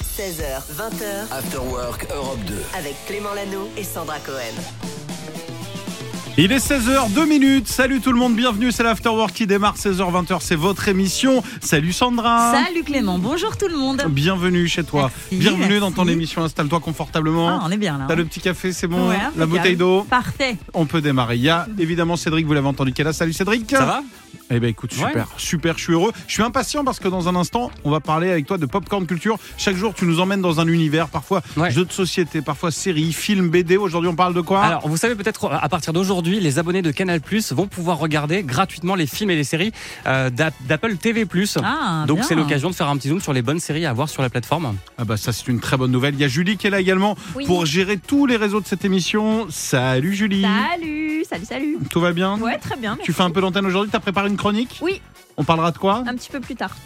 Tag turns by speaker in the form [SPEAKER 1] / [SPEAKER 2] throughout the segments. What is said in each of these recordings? [SPEAKER 1] 16h, 20h,
[SPEAKER 2] After Work Europe 2.
[SPEAKER 1] avec Clément Lano et Sandra Cohen.
[SPEAKER 3] Il est 16h, 2 minutes. Salut tout le monde, bienvenue. C'est l'Afterwork qui démarre 16h, 20h. C'est votre émission. Salut Sandra.
[SPEAKER 4] Salut Clément, bonjour tout le monde.
[SPEAKER 3] Bienvenue chez toi.
[SPEAKER 4] Merci,
[SPEAKER 3] bienvenue dans
[SPEAKER 4] merci.
[SPEAKER 3] ton émission. Installe-toi confortablement.
[SPEAKER 4] Ah, on est bien là.
[SPEAKER 3] T'as le petit café, c'est bon
[SPEAKER 4] Ouais,
[SPEAKER 3] La
[SPEAKER 4] impeccable.
[SPEAKER 3] bouteille d'eau
[SPEAKER 4] Parfait.
[SPEAKER 3] On peut démarrer. Il y a évidemment Cédric, vous l'avez entendu, qui est là. Salut Cédric.
[SPEAKER 5] Ça va
[SPEAKER 3] Eh ben écoute, super,
[SPEAKER 5] Ouais.
[SPEAKER 3] super, je suis heureux. Je suis impatient parce que dans un instant, on va parler avec toi de popcorn culture. Chaque jour, tu nous emmènes dans un univers, parfois
[SPEAKER 5] Ouais.
[SPEAKER 3] jeux de société, parfois séries, films, BD. Aujourd'hui, on parle de quoi
[SPEAKER 5] Alors, vous savez peut-être euh, à partir d'aujourd'hui, les abonnés de Canal Plus vont pouvoir regarder gratuitement les films et les séries euh, d'App- d'Apple TV Plus.
[SPEAKER 4] Ah,
[SPEAKER 5] Donc
[SPEAKER 4] bien.
[SPEAKER 5] c'est l'occasion de faire un petit zoom sur les bonnes séries à voir sur la plateforme.
[SPEAKER 3] Ah bah ça c'est une très bonne nouvelle. Il y a Julie qui est là également
[SPEAKER 6] Oui.
[SPEAKER 3] pour gérer tous les réseaux de cette émission. Salut Julie.
[SPEAKER 6] Salut, salut, salut.
[SPEAKER 3] Tout va bien
[SPEAKER 6] Ouais, très bien.
[SPEAKER 3] Mhm. Tu
[SPEAKER 6] merci.
[SPEAKER 3] fais un peu d'antenne aujourd'hui, t'as préparé une chronique
[SPEAKER 6] Oui. Ah.
[SPEAKER 3] On parlera de quoi
[SPEAKER 6] Un petit peu plus tard.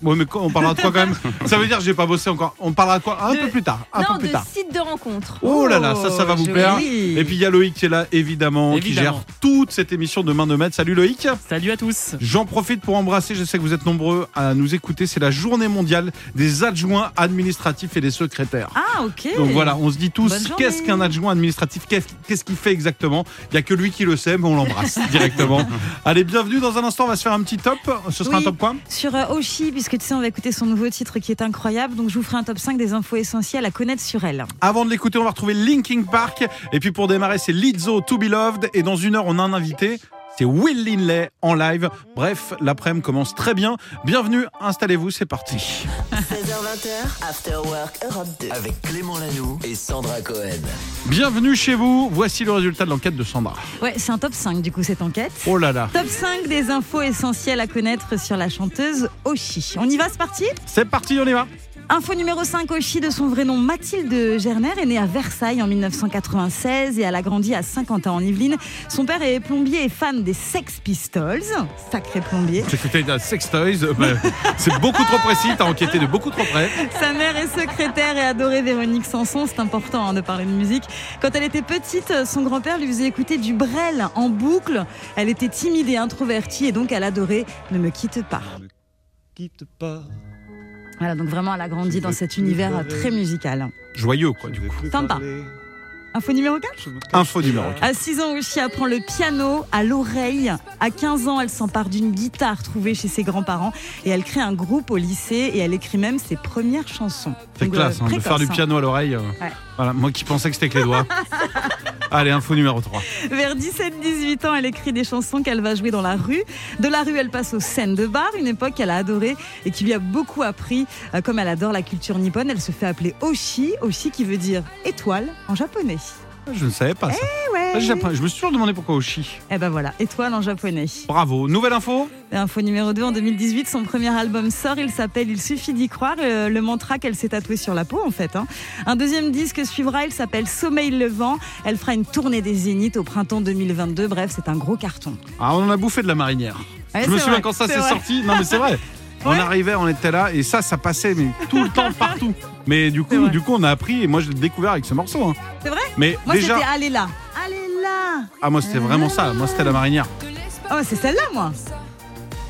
[SPEAKER 3] Oui mais quoi- on parlera de quoi quand même Ça veut dire que j'ai pas bossé encore. On parlera de quoi Un
[SPEAKER 6] De-
[SPEAKER 3] peu plus tard. Un
[SPEAKER 6] non,
[SPEAKER 3] peu plus
[SPEAKER 6] de
[SPEAKER 3] tard.
[SPEAKER 6] site de rencontre.
[SPEAKER 3] Oh là là, ça ça va vous
[SPEAKER 4] joli.
[SPEAKER 3] plaire. Et puis il y a Loïc qui est là évidemment, qui
[SPEAKER 5] Évidemment.
[SPEAKER 3] gère toute cette émission de main de maître. Salut Loïc
[SPEAKER 5] Salut à tous.
[SPEAKER 3] J'en profite pour embrasser, je sais que vous êtes nombreux à nous écouter, c'est la journée mondiale des adjoints administratifs et des secrétaires.
[SPEAKER 4] Ah, ok.
[SPEAKER 3] Donc voilà, on se dit tous,
[SPEAKER 4] Bonne journée.
[SPEAKER 3] qu'est-ce qu'un adjoint administratif Qu'est-ce qu'est-ce qu'il fait exactement Il n'y a que lui qui le sait, mais on l'embrasse directement. Allez, bienvenue. Dans un instant, on va se faire un petit top. Ce sera
[SPEAKER 4] Oui.
[SPEAKER 3] un top quoi
[SPEAKER 4] Sur euh, Oshi, puisque tu sais, on va écouter son nouveau titre qui est incroyable. Donc je vous ferai un top 5 des infos essentielles à connaître sur elle.
[SPEAKER 3] Avant de l'écouter, on va retrouver Linkin Park. Et puis pour démarrer, c'est Lizzo, To Be Loved. Et dans une heure, on a un invité. C'est Will Linley en live. Bref, l'après-midi commence très bien. Bienvenue, installez-vous, c'est parti.
[SPEAKER 1] 16h, 20h, After Work Europe 2.
[SPEAKER 2] Avec Clément Lanoux et Sandra Cohen.
[SPEAKER 3] Bienvenue chez vous. Voici le résultat de l'enquête de Sandra.
[SPEAKER 4] Ouais, c'est un top 5 du coup, cette enquête.
[SPEAKER 3] Oh là là.
[SPEAKER 4] Top 5 des infos essentielles à connaître sur la chanteuse Oshi. On y va, c'est parti
[SPEAKER 3] C'est parti, on y va.
[SPEAKER 4] Info numéro 5, Oshi de son vrai nom Mathilde Gerner est née à Versailles en 1996 et elle a grandi à Saint-Quentin en Yvelines. Son père est plombier et fan des Sex Pistols, sacré plombier.
[SPEAKER 3] C'était un sex toys. euh, bah, c'est beaucoup trop précis. T'as enquêté de beaucoup trop près.
[SPEAKER 4] Sa mère est secrétaire et adorait Véronique Sanson, c'est important hein, de parler de musique. Quand elle était petite, son grand-père lui faisait écouter du Brel en boucle. Elle était timide et introvertie et donc elle adorait Ne me quitte pas.
[SPEAKER 7] quitte pas.
[SPEAKER 4] Voilà, donc vraiment elle a grandi dans cet univers très musical.
[SPEAKER 3] Joyeux, quoi,
[SPEAKER 7] Je
[SPEAKER 3] du
[SPEAKER 7] vais
[SPEAKER 3] coup.
[SPEAKER 7] plus
[SPEAKER 4] Sympa.
[SPEAKER 7] parler,
[SPEAKER 4] Info numéro 4
[SPEAKER 7] je me cache
[SPEAKER 3] Info numéro
[SPEAKER 4] À 6 ans, Uchi apprend le piano à l'oreille. À 15 ans, elle s'empare d'une guitare trouvée chez ses grands-parents et elle crée un groupe au lycée et elle écrit même ses premières chansons.
[SPEAKER 3] C'est
[SPEAKER 4] Donc,
[SPEAKER 3] classe,
[SPEAKER 4] euh,
[SPEAKER 3] hein, de
[SPEAKER 4] précoce,
[SPEAKER 3] faire du
[SPEAKER 4] hein.
[SPEAKER 3] piano à l'oreille. euh,
[SPEAKER 4] Ouais.
[SPEAKER 3] Voilà, moi qui pensais que c'était avec les doigts. Allez, info numéro 3.
[SPEAKER 4] Vers 17-18 ans, elle écrit des chansons qu'elle va jouer dans la rue. De la rue, elle passe aux scènes de bar, une époque qu'elle a adorée et qui lui a beaucoup appris. Euh, Comme elle adore la culture nippone, elle se fait appeler Oshi, Oshi qui veut dire étoile en japonais.
[SPEAKER 3] Je ne savais pas ça.
[SPEAKER 4] Eh ouais.
[SPEAKER 3] Ah, j'ai appris- Je me suis toujours demandé pourquoi Oshi.
[SPEAKER 4] Eh ben voilà, étoile en japonais.
[SPEAKER 3] Bravo. Nouvelle info
[SPEAKER 4] Info numéro 2, en 2018, son premier album sort, il s'appelle Il suffit d'y croire, euh, le mantra qu'elle s'est tatoué sur la peau en fait. hein. Un deuxième disque suivra, il s'appelle Sommeil Levant, elle fera une tournée des Zéniths au printemps 2022, bref c'est un gros carton.
[SPEAKER 3] Ah, on en a bouffé de la marinière.
[SPEAKER 4] Ouais,
[SPEAKER 3] je me
[SPEAKER 4] c'est
[SPEAKER 3] souviens
[SPEAKER 4] vrai,
[SPEAKER 3] quand ça
[SPEAKER 4] c'est
[SPEAKER 3] s'est
[SPEAKER 4] vrai.
[SPEAKER 3] sorti. Non, mais c'est vrai. On
[SPEAKER 4] Ouais.
[SPEAKER 3] arrivait, on était là, et ça, ça passait mais tout le temps, partout. Mais du
[SPEAKER 4] C'est
[SPEAKER 3] coup,
[SPEAKER 4] vrai.
[SPEAKER 3] du coup, on a appris, et moi, je l'ai découvert avec ce morceau. hein.
[SPEAKER 4] C'est vrai
[SPEAKER 3] Mais
[SPEAKER 4] Moi
[SPEAKER 3] déjà,
[SPEAKER 4] c'était Allez là Allez là
[SPEAKER 3] ah, moi, c'était vraiment ça. Moi, c'était la marinière.
[SPEAKER 4] Oh c'est celle-là moi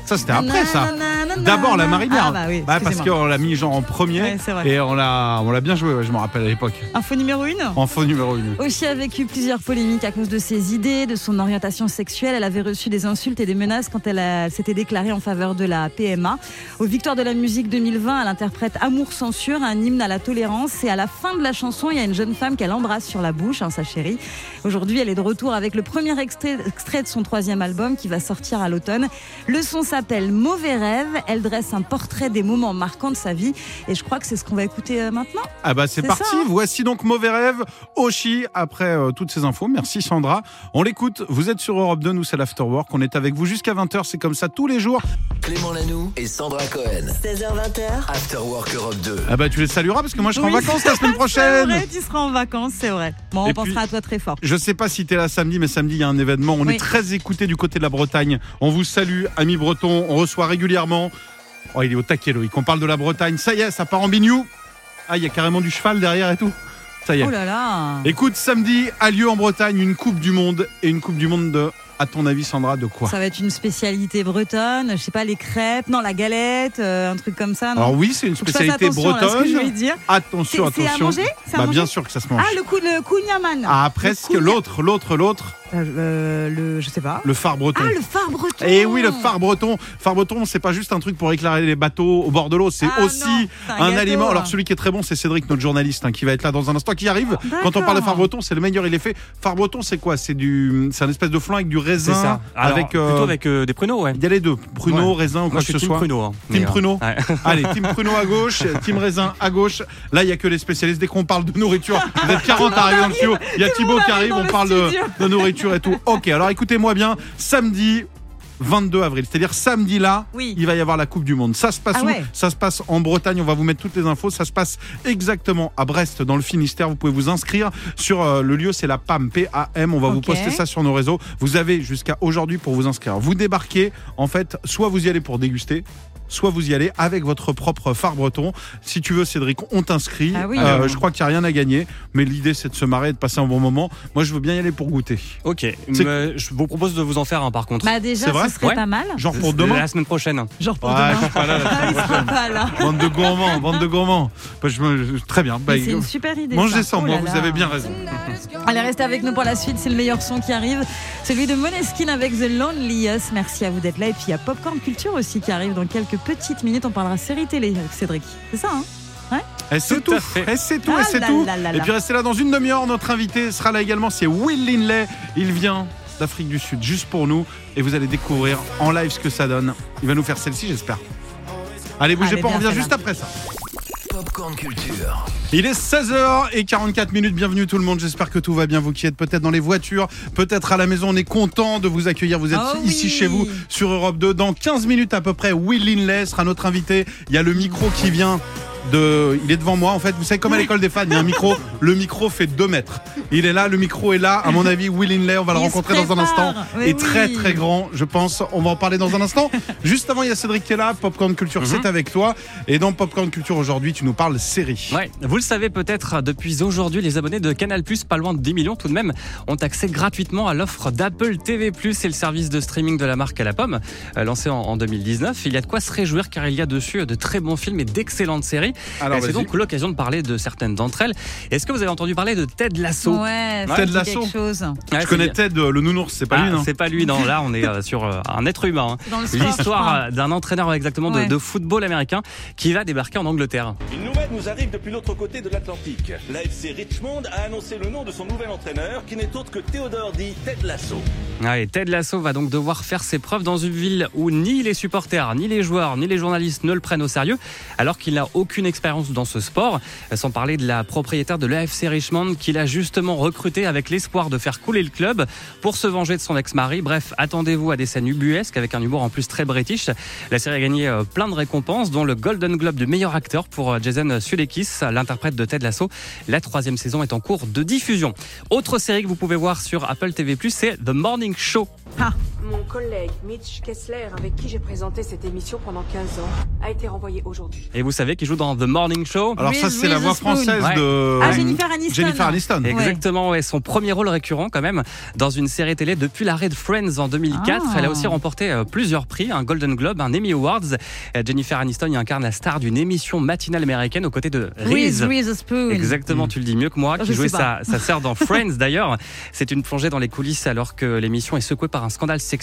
[SPEAKER 3] Ça, c'était après ça. D'abord la marinière.
[SPEAKER 4] Ah bah oui,
[SPEAKER 3] parce
[SPEAKER 4] excusez-moi.
[SPEAKER 3] qu'on l'a mis genre en premier
[SPEAKER 4] Ouais, c'est vrai.
[SPEAKER 3] et on l'a, on l'a bien joué. ouais, je me rappelle à l'époque.
[SPEAKER 4] Info numéro 1
[SPEAKER 3] En faux numéro 1
[SPEAKER 4] Oshi a vécu plusieurs polémiques à cause de ses idées, de son orientation sexuelle. Elle avait reçu des insultes et des menaces quand elle, a- s'était déclarée en faveur de la PMA. Aux Victoires de la musique 2020, elle interprète Amour censure, un hymne à la tolérance. Et à la fin de la chanson, il y a une jeune femme qu'elle embrasse sur la bouche, hein, sa chérie. Aujourd'hui, elle est de retour avec le premier extrait, extrait de son troisième album qui va sortir à l'automne. Le son s'appelle Mauvais rêve. Elle dresse un portrait des moments marquants de sa vie. Et je crois que c'est ce qu'on va écouter euh, maintenant.
[SPEAKER 3] Ah bah c'est
[SPEAKER 4] C'est
[SPEAKER 3] parti,
[SPEAKER 4] ça, hein.
[SPEAKER 3] voici donc Mauvais Rêve, Oshi, après euh, toutes ces infos, merci Sandra. On l'écoute, vous êtes sur Europe 2, nous c'est l'Afterwork, on est avec vous jusqu'à 20h, c'est comme ça tous les jours.
[SPEAKER 2] Clément Lanoux et Sandra Cohen.
[SPEAKER 1] 16h, 20h,
[SPEAKER 2] After Work Europe 2.
[SPEAKER 3] Ah bah tu les salueras parce que moi je serai en
[SPEAKER 4] Oui.
[SPEAKER 3] vacances la semaine
[SPEAKER 4] C'est
[SPEAKER 3] prochaine.
[SPEAKER 4] vrai, tu seras en vacances, c'est vrai. Bon, on
[SPEAKER 3] Et
[SPEAKER 4] pensera
[SPEAKER 3] puis-
[SPEAKER 4] à toi très fort.
[SPEAKER 3] Je sais pas si t'es là samedi, mais samedi il y a un événement, on
[SPEAKER 4] Oui.
[SPEAKER 3] est très écouté du côté de la Bretagne. On vous salue, amis bretons, on reçoit régulièrement. Oh il est au taquet Loïc, on parle de la Bretagne, ça y est, ça part en bignou. Ah il y a carrément du cheval derrière et tout. Ça y est.
[SPEAKER 4] Oh là là
[SPEAKER 3] Écoute, samedi a lieu en Bretagne une Coupe du Monde et une Coupe du Monde de À ton avis, Sandra, de quoi
[SPEAKER 4] Ça va être une spécialité bretonne, je sais pas, les crêpes, non, la galette, euh, un truc comme ça. Non
[SPEAKER 3] Alors oui, c'est une
[SPEAKER 4] Faut que je fasse
[SPEAKER 3] spécialité
[SPEAKER 4] attention à ce que je vais
[SPEAKER 3] bretonne.
[SPEAKER 4] dire. C'est
[SPEAKER 3] Attention,
[SPEAKER 4] c'est à
[SPEAKER 3] attention.
[SPEAKER 4] manger C'est à
[SPEAKER 3] Bah,
[SPEAKER 4] manger
[SPEAKER 3] bien sûr que ça se mange.
[SPEAKER 4] Ah, le, cou, le kouniaman
[SPEAKER 3] Ah, presque
[SPEAKER 4] Le
[SPEAKER 3] l'autre, l'autre, l'autre,
[SPEAKER 4] Euh, le, je sais pas.
[SPEAKER 3] le phare breton.
[SPEAKER 4] Ah, le phare breton
[SPEAKER 3] Et oui, le phare breton. Phare breton, c'est pas juste un truc pour éclairer les bateaux au bord de l'eau, c'est
[SPEAKER 4] Ah,
[SPEAKER 3] aussi
[SPEAKER 4] non, c'est
[SPEAKER 3] un,
[SPEAKER 4] gâteau,
[SPEAKER 3] aliment.
[SPEAKER 4] hein.
[SPEAKER 3] Alors celui qui est très bon, c'est Cédric, notre journaliste, hein, qui va être là dans un instant, qui arrive. Quand on
[SPEAKER 4] Ah, D'accord.
[SPEAKER 3] parle de phare breton, c'est le meilleur, il est fait. Phare breton, c'est quoi C'est du, c'est un espèce de flan avec du
[SPEAKER 5] C'est
[SPEAKER 3] raisin.
[SPEAKER 5] ça. Alors,
[SPEAKER 3] avec, euh,
[SPEAKER 5] plutôt avec euh, des pruneaux, ouais.
[SPEAKER 3] Il y a les deux, pruneau, raisin ou quoi
[SPEAKER 5] Moi, je
[SPEAKER 3] que
[SPEAKER 5] suis
[SPEAKER 3] ce
[SPEAKER 5] team
[SPEAKER 3] soit.
[SPEAKER 5] pruneau. hein.
[SPEAKER 3] Team
[SPEAKER 5] Mais, euh,
[SPEAKER 3] pruneau
[SPEAKER 5] ouais.
[SPEAKER 3] Allez, team pruneau à gauche, team raisin à gauche. Là, il y a que les spécialistes. Dès qu'on parle de nourriture, vous êtes 40 à arriver dans le studio. Il y a Thibaut qui arrive,
[SPEAKER 4] arrive
[SPEAKER 3] on
[SPEAKER 4] dans le
[SPEAKER 3] parle de,
[SPEAKER 4] studio.
[SPEAKER 3] de nourriture et tout. Ok, alors écoutez-moi bien. Samedi. 22 avril, c'est-à-dire samedi là,
[SPEAKER 4] Oui.
[SPEAKER 3] il va y avoir la Coupe du Monde. Ça se passe
[SPEAKER 4] Ah
[SPEAKER 3] où
[SPEAKER 4] ouais.
[SPEAKER 3] Ça se passe en Bretagne. On va vous mettre toutes les infos. Ça se passe exactement à Brest, dans le Finistère. Vous pouvez vous inscrire sur euh, le lieu, c'est la PAM. P-A-M. On va vous
[SPEAKER 4] Ok.
[SPEAKER 3] poster ça sur nos réseaux. Vous avez jusqu'à aujourd'hui pour vous inscrire. Vous débarquez. En fait, soit vous y allez pour déguster, soit vous y allez avec votre propre phare breton. Si tu veux, Cédric, on t'inscrit.
[SPEAKER 4] Ah oui.
[SPEAKER 3] Euh, je crois qu'il n'y a rien à gagner, mais l'idée c'est de se marrer et de passer un bon moment. Moi, je veux bien y aller pour goûter.
[SPEAKER 5] Ok. Mais euh, je vous propose de vous en faire un par contre.
[SPEAKER 4] Bah
[SPEAKER 3] C'est
[SPEAKER 4] déjà,
[SPEAKER 3] vrai
[SPEAKER 4] ce serait
[SPEAKER 5] Ouais.
[SPEAKER 4] pas mal.
[SPEAKER 3] Genre pour demain.
[SPEAKER 5] La semaine prochaine.
[SPEAKER 4] Genre pour
[SPEAKER 3] Ouais, je
[SPEAKER 4] demain.
[SPEAKER 3] suis pas là, la
[SPEAKER 4] Ah,
[SPEAKER 3] semaine
[SPEAKER 4] il sera
[SPEAKER 3] prochaine.
[SPEAKER 4] pas là.
[SPEAKER 3] Bande de gourmands, bande de gourmands. Bah, je me- je- Très bien. Bah,
[SPEAKER 4] Mais c'est une super idée.
[SPEAKER 3] mangez
[SPEAKER 4] ça.
[SPEAKER 3] sans
[SPEAKER 4] Oh
[SPEAKER 3] moi,
[SPEAKER 4] là
[SPEAKER 3] vous
[SPEAKER 4] là.
[SPEAKER 3] avez bien raison.
[SPEAKER 4] Allez, restez avec nous pour la suite. C'est le meilleur son qui arrive. Celui de Moneskin avec The Lonely Us. Merci à vous d'être là. Et puis il y a Popcorn Culture aussi qui arrive dans quelques petites minutes. On parlera série télé avec Cédric. C'est ça, hein
[SPEAKER 3] Et c'est
[SPEAKER 5] Tout
[SPEAKER 3] tout.
[SPEAKER 5] à fait.
[SPEAKER 3] Et c'est tout.
[SPEAKER 4] Ah
[SPEAKER 3] Et c'est
[SPEAKER 4] là
[SPEAKER 3] tout.
[SPEAKER 4] là là
[SPEAKER 3] Et
[SPEAKER 4] là.
[SPEAKER 3] puis restez là dans une demi-heure. Notre invité sera là également. C'est Will Linley. Il vient d'Afrique du Sud juste pour nous. Et vous allez découvrir en live ce que ça donne. Il va nous faire celle-ci, j'espère. Allez, bougez
[SPEAKER 4] Allez,
[SPEAKER 3] pas, on
[SPEAKER 4] bien,
[SPEAKER 3] revient
[SPEAKER 4] ça
[SPEAKER 3] juste
[SPEAKER 4] va.
[SPEAKER 3] après ça.
[SPEAKER 2] Popcorn Culture.
[SPEAKER 3] Il est 16h44 minutes. Bienvenue tout le monde. J'espère que tout va bien. Vous qui êtes peut-être dans les voitures, peut-être à la maison. On est content de vous accueillir. Vous êtes
[SPEAKER 4] Oh
[SPEAKER 3] ici
[SPEAKER 4] oui.
[SPEAKER 3] chez vous sur Europe 2. Dans 15 minutes à peu près, Will Linley sera notre invité. Il y a le micro qui vient. De... Il est devant moi en fait, vous savez comme à l'école des fans, il y a un micro, le micro fait 2 mètres. Il est là, le micro est là, à mon avis Will Inlay, on va le
[SPEAKER 4] Il se
[SPEAKER 3] rencontrer dans un
[SPEAKER 4] prépare.
[SPEAKER 3] instant.
[SPEAKER 4] Mais
[SPEAKER 3] est très
[SPEAKER 4] oui.
[SPEAKER 3] très grand, je pense, on va en parler dans un instant. Juste avant, il y a Cédric qui est là, Popcorn Culture,
[SPEAKER 4] Mhm.
[SPEAKER 3] c'est avec toi. Et dans Popcorn Culture aujourd'hui, tu nous parles série.
[SPEAKER 5] Ouais, vous le savez peut-être, depuis aujourd'hui, les abonnés de Canal+, pas loin de 10 millions tout de même, ont accès gratuitement à l'offre d'Apple TV+, et le service de streaming de la marque à la pomme, euh, lancé en, en 2019. Il y a de quoi se réjouir car il y a dessus euh, de très bons films et d'excellentes séries.
[SPEAKER 3] Alors
[SPEAKER 5] Et Eh, c'est
[SPEAKER 3] vas-y.
[SPEAKER 5] donc l'occasion de parler de certaines d'entre elles. Est-ce que vous avez entendu parler de Ted Lasso
[SPEAKER 4] Ouais,
[SPEAKER 3] Ted
[SPEAKER 4] ça me dit
[SPEAKER 3] Lasso.
[SPEAKER 4] quelque chose.
[SPEAKER 5] Ouais,
[SPEAKER 3] Je
[SPEAKER 5] Ah, c'est
[SPEAKER 3] connais
[SPEAKER 5] bien.
[SPEAKER 3] Ted, euh, le nounours, c'est pas
[SPEAKER 5] Ah,
[SPEAKER 3] lui, non
[SPEAKER 5] C'est pas lui, non. Là, on est euh, sur euh, un être humain. hein.
[SPEAKER 4] C'est Dans le sport, je crois.
[SPEAKER 5] L'histoire euh, d'un entraîneur exactement de-
[SPEAKER 4] Ouais.
[SPEAKER 5] de football américain qui va débarquer en Angleterre.
[SPEAKER 8] Une nouvelle nous arrive depuis l'autre côté de l'Atlantique. L'AFC Richmond a annoncé le nom de son nouvel entraîneur, qui n'est autre que Théodore dit Ted Lasso.
[SPEAKER 5] Ouais, Ah, et Ted Lasso va donc devoir faire ses preuves dans une ville où ni les supporters, ni les joueurs, ni les journalistes ne le prennent au sérieux, alors qu'il n'a aucune expérience dans ce sport. Euh, Sans parler de la propriétaire de l'AFC Richmond qu'il a justement recruté avec l'espoir de faire couler le club pour se venger de son ex-mari. Bref, attendez-vous à des scènes ubuesques avec un humour en plus très british. La série a gagné euh, plein de récompenses, dont le Golden Globe de meilleur acteur pour euh, Jason Sudeikis, l'interprète de Ted Lasso. La troisième saison est en cours de diffusion. Autre série que vous pouvez voir sur Apple TV+, c'est The Morning Show.
[SPEAKER 9] Mon collègue Mitch Kessler, avec qui j'ai présenté cette émission pendant 15 ans, a été renvoyé aujourd'hui.
[SPEAKER 5] Et vous savez qu'il joue dans The Morning Show
[SPEAKER 3] Alors ça,
[SPEAKER 4] Reese
[SPEAKER 3] c'est la voix
[SPEAKER 4] Witherspoon.
[SPEAKER 3] française
[SPEAKER 5] Ouais.
[SPEAKER 3] de
[SPEAKER 4] Ah, Jennifer Aniston.
[SPEAKER 3] euh, Jennifer Aniston.
[SPEAKER 4] Et-
[SPEAKER 5] Exactement, ouais. son premier rôle récurrent quand même dans une série télé depuis l'arrêt de Friends en 2004.
[SPEAKER 4] Ah.
[SPEAKER 5] Elle a aussi remporté euh, plusieurs prix, un Golden Globe, un Emmy Awards. Euh, Jennifer Aniston y incarne la star d'une émission matinale américaine aux côtés de Reese.
[SPEAKER 4] Reese Witherspoon.
[SPEAKER 5] Exactement, tu le dis mieux que moi,
[SPEAKER 4] Oh,
[SPEAKER 5] qui
[SPEAKER 4] je
[SPEAKER 5] jouait
[SPEAKER 4] sais
[SPEAKER 5] sa,
[SPEAKER 4] pas.
[SPEAKER 5] sa sœur dans Friends d'ailleurs. C'est une plongée dans les coulisses alors que l'émission est secouée par un scandale sexuel.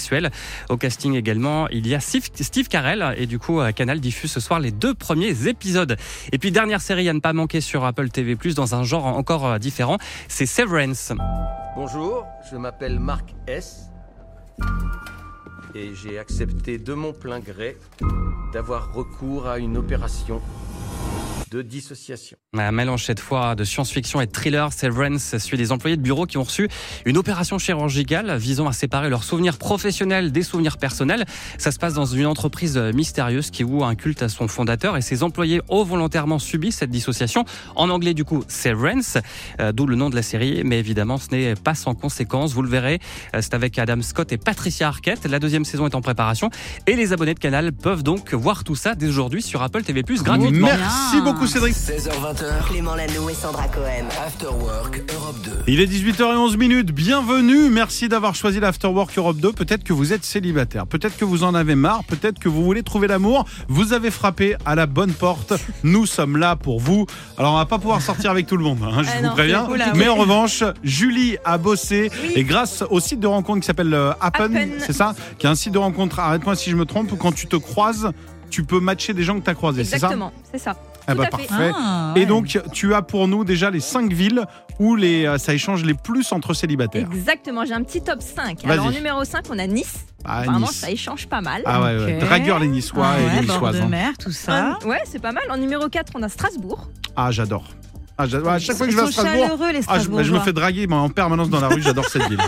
[SPEAKER 5] Au casting également, il y a Steve, Steve Carell et du coup, euh, Canal diffuse ce soir les deux premiers épisodes. Et puis, dernière série à ne pas manquer sur Apple TV+, dans un genre encore euh, différent, c'est Severance.
[SPEAKER 10] Bonjour, je m'appelle Marc S. Et j'ai accepté de mon plein gré d'avoir recours à une opération de dissociation.
[SPEAKER 5] Un mélange cette fois de science-fiction et de thriller, Severance suit des employés de bureau qui ont reçu une opération chirurgicale visant à séparer leurs souvenirs professionnels des souvenirs personnels. Ça se passe dans une entreprise mystérieuse qui voue un culte à son fondateur et ses employés ont volontairement subi cette dissociation. En anglais du coup, Severance, euh, d'où le nom de la série, mais évidemment ce n'est pas sans conséquence, vous le verrez. Euh, C'est avec Adam Scott et Patricia Arquette. La deuxième saison est en préparation et les abonnés de Canal peuvent donc voir tout ça dès aujourd'hui sur Apple TV+, gratuitement. Ah.
[SPEAKER 3] Merci beaucoup beaucoup, Cédric.
[SPEAKER 2] 16h20h,
[SPEAKER 1] Clément Lano et Sandra Cohen.
[SPEAKER 2] After Work Europe 2.
[SPEAKER 3] Il est 18h11 minutes. Bienvenue. Merci d'avoir choisi l'Afterwork Europe 2. Peut-être que vous êtes célibataire. Peut-être que vous en avez marre. Peut-être que vous voulez trouver l'amour. Vous avez frappé à la bonne porte. Nous sommes là pour vous. Alors, on va pas pouvoir sortir avec tout le monde, hein, je
[SPEAKER 4] Ah
[SPEAKER 3] vous
[SPEAKER 4] non,
[SPEAKER 3] préviens.
[SPEAKER 4] c'est cool, là,
[SPEAKER 3] Mais
[SPEAKER 4] oui.
[SPEAKER 3] en revanche, Julie a bossé. Et grâce au site de rencontre qui s'appelle euh, Happen,
[SPEAKER 6] Happen.
[SPEAKER 3] c'est ça? Qui est un site de rencontre. Arrête-moi si je me trompe. Où quand tu te croises, tu peux matcher des gens que tu as croisés, c'est ça?
[SPEAKER 6] Exactement, c'est ça.
[SPEAKER 3] Eh ben,
[SPEAKER 6] Tout à fait.
[SPEAKER 3] parfait.
[SPEAKER 4] Ah,
[SPEAKER 3] Et
[SPEAKER 4] ouais.
[SPEAKER 3] donc, tu as pour nous déjà les 5 villes où les, euh, ça échange les plus entre célibataires.
[SPEAKER 6] Exactement, j'ai un petit top 5. Alors en
[SPEAKER 3] Vas-y.
[SPEAKER 6] numéro 5, on a Nice.
[SPEAKER 3] Ah,
[SPEAKER 6] Vraiment,
[SPEAKER 3] Nice.
[SPEAKER 6] ça échange pas mal.
[SPEAKER 3] Ah ouais, ouais.
[SPEAKER 4] Ok.
[SPEAKER 3] dragueur les Niçois
[SPEAKER 4] Ah
[SPEAKER 3] et les
[SPEAKER 4] ouais, bord
[SPEAKER 3] Niçoises.
[SPEAKER 4] de
[SPEAKER 3] hein.
[SPEAKER 4] mer, tout ça.
[SPEAKER 6] En- ouais, c'est pas mal. En numéro 4, on a Strasbourg.
[SPEAKER 3] Ah, j'adore. Ah, j'adore. À chaque fois que
[SPEAKER 4] Ils
[SPEAKER 3] je vais à
[SPEAKER 4] sont
[SPEAKER 3] Strasbourg,
[SPEAKER 4] chaleureux, les
[SPEAKER 3] ah, je, bah,
[SPEAKER 4] Strasbourgeois.
[SPEAKER 3] je me fais draguer moi, en permanence dans la rue, j'adore cette ville.